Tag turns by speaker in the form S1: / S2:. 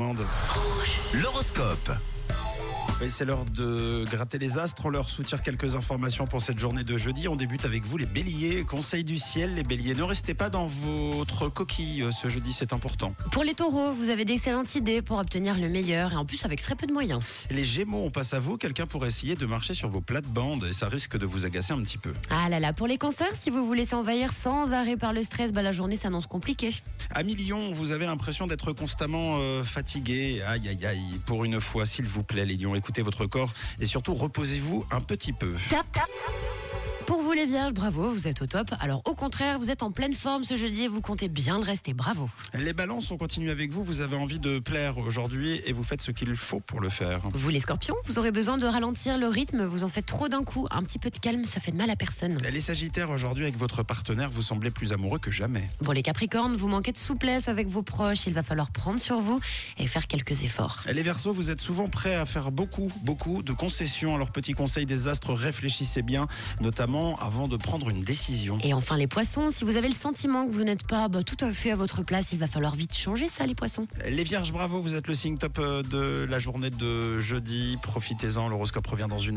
S1: monde.
S2: L'horoscope.
S1: Et c'est l'heure de gratter les astres. On leur soutire quelques informations pour cette journée de jeudi. On débute avec vous, les béliers. Conseil du ciel, les béliers. Ne restez pas dans votre coquille euh, ce jeudi, c'est important.
S3: Pour les taureaux, vous avez d'excellentes idées pour obtenir le meilleur et en plus avec très peu de moyens.
S1: Les gémeaux, on passe à vous. Quelqu'un pourrait essayer de marcher sur vos plates-bandes et ça risque de vous agacer un petit peu.
S3: Ah là là, pour les cancers, si vous vous laissez envahir sans arrêt par le stress, bah la journée s'annonce compliquée.
S1: À Lyon, vous avez l'impression d'être constamment euh, fatigué. Aïe, aïe, aïe. Pour une fois, s'il vous plaît, les lions, écoutez votre corps et surtout reposez-vous un petit peu.
S3: Tap tap. Pour vous les vierges, bravo, vous êtes au top. Alors au contraire, vous êtes en pleine forme ce jeudi et vous comptez bien le rester, bravo.
S1: Les balances, on continue avec vous. Vous avez envie de plaire aujourd'hui et vous faites ce qu'il faut pour le faire.
S3: Vous les scorpions, vous aurez besoin de ralentir le rythme, vous en faites trop d'un coup. Un petit peu de calme, ça fait de mal à personne.
S1: Les Sagittaires, aujourd'hui, avec votre partenaire, vous semblez plus amoureux que jamais.
S3: Pour les capricornes, vous manquez de souplesse avec vos proches, il va falloir prendre sur vous et faire quelques efforts.
S1: Les Verseaux, vous êtes souvent prêts à faire beaucoup, beaucoup de concessions. Alors, petit conseil des astres, réfléchissez bien, notamment avant de prendre une décision.
S3: Et enfin les poissons, si vous avez le sentiment que vous n'êtes pas bah, tout à fait à votre place, il va falloir vite changer ça les poissons.
S1: Les Vierges, bravo, vous êtes le signe top euh, de la journée de jeudi. Profitez-en, l'horoscope revient dans une heure.